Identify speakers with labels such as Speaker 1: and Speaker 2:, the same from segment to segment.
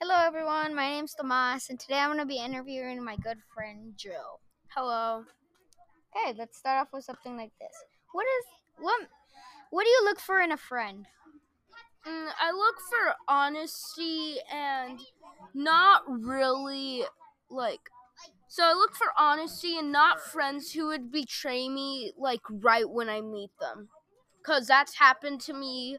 Speaker 1: Hello, everyone. My name's Tomas, and today I'm going to be interviewing my good friend Joe. Hello. Okay, let's start off with something like this. What is what? What do you look for in a friend?
Speaker 2: Mm, I look for honesty and not really like. So I look for honesty and not friends who would betray me like right when I meet them, cause that's happened to me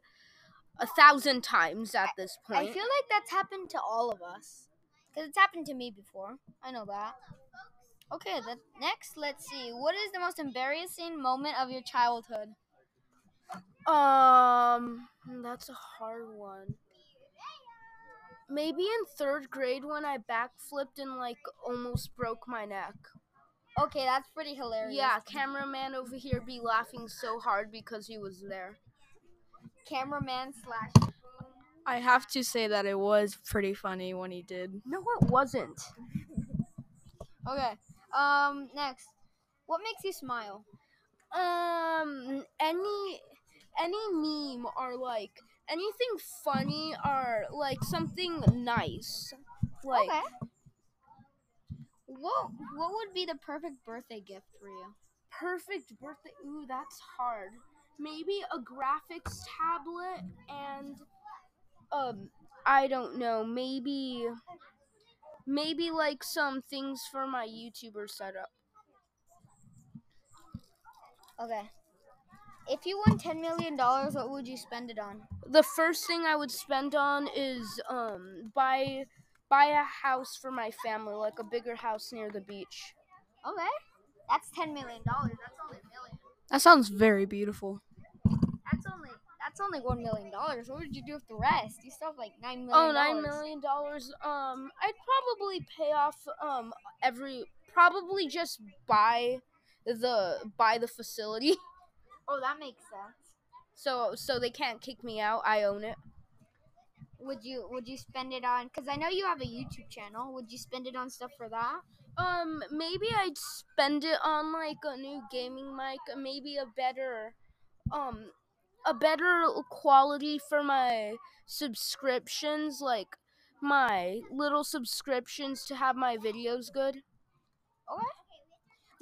Speaker 2: a thousand times at this point.
Speaker 1: I feel like that's happened to all of us, because it's happened to me before. I know that. Okay, the, next, let's see. What is the most embarrassing moment of your childhood?
Speaker 2: Um, that's a hard one. Maybe in third grade when I backflipped and like almost broke my neck.
Speaker 1: Okay, that's pretty hilarious.
Speaker 2: Yeah, cameraman over here be laughing so hard because he was there.
Speaker 1: cameraman slash.
Speaker 3: I have to say that it was pretty funny when he did.
Speaker 2: No, it wasn't.
Speaker 1: Okay. Um. Next, what makes you smile?
Speaker 2: Um, any any meme or like anything funny or like something nice. Like
Speaker 1: okay. What What would be the perfect birthday gift for you?
Speaker 2: perfect birthday. Ooh, that's hard. Maybe a graphics tablet and um I don't know, maybe maybe like some things for my YouTuber setup.
Speaker 1: Okay. If you won ten million dollars, what would you spend it on?
Speaker 2: The first thing I would spend on is um buy buy a house for my family, like a bigger house near the beach.
Speaker 1: Okay. That's ten million dollars. That's only a million.
Speaker 3: That sounds very beautiful.
Speaker 1: That's only that's only one million dollars. What would you do with the rest? You still have like nine million.
Speaker 2: Oh, nine million dollars. Um, I'd probably pay off um every probably just buy the buy the facility
Speaker 1: Oh, that makes sense.
Speaker 2: so so they can't kick me out. I own it.
Speaker 1: Would you Would you spend it on? Because I know you have a YouTube channel. Would you spend it on stuff for that?
Speaker 2: Um, maybe I'd spend it on like a new gaming mic, maybe a better um a better quality for my subscriptions, like my little subscriptions to have my videos good.
Speaker 1: Okay.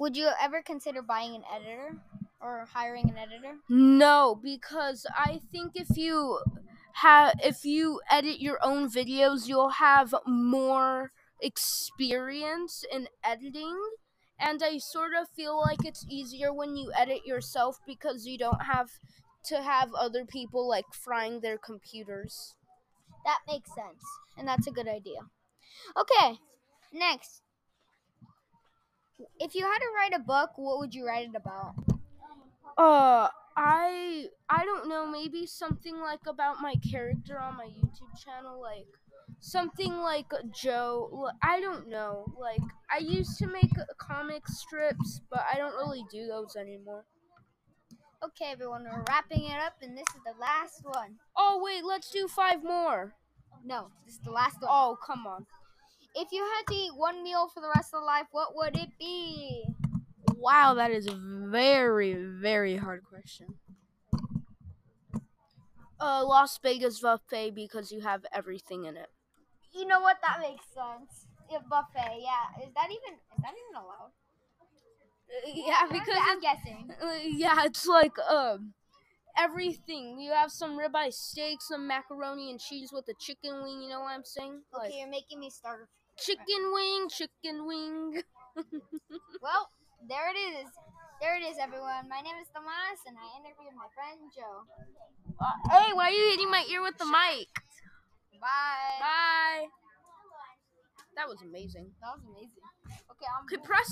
Speaker 1: Would you ever consider buying an editor or hiring an editor?
Speaker 2: No, because I think if you have if you edit your own videos, you'll have more experience in editing. And I sort of feel like it's easier when you edit yourself because you don't have to have other people like frying their computers.
Speaker 1: That makes sense. And that's a good idea. Okay, next. If you had to write a book, what would you write it about?
Speaker 2: Uh I I don't know, maybe something like about my character on my YouTube channel like something like Joe, I don't know. Like I used to make comic strips, but I don't really do those anymore.
Speaker 1: Okay, everyone, we're wrapping it up, and this is the last one.
Speaker 2: Oh wait, let's do five more.
Speaker 1: No, this is the last one.
Speaker 2: Oh, come on.
Speaker 1: If you had to eat one meal for the rest of life, what would it be?
Speaker 3: Wow, that is a very, very hard question.
Speaker 2: Uh Las Vegas buffet because you have everything in it.
Speaker 1: You know what? That makes sense. A buffet, yeah. Is that even is that even allowed?
Speaker 2: Yeah, because
Speaker 1: I'm guessing.
Speaker 2: Uh, yeah, it's like um everything. You have some ribeye steak, some macaroni and cheese with a chicken wing. You know what I'm saying? Like
Speaker 1: Okay, you're making me starve.
Speaker 2: chicken wing, chicken wing.
Speaker 1: Well, there it is. There it is, everyone. My name is Tomas, and I interviewed my friend Joe.
Speaker 2: Uh, hey, why are you hitting my ear with the mic?
Speaker 1: Bye.
Speaker 2: Bye. That was amazing.
Speaker 1: That was amazing. Okay, I'm.
Speaker 2: Could press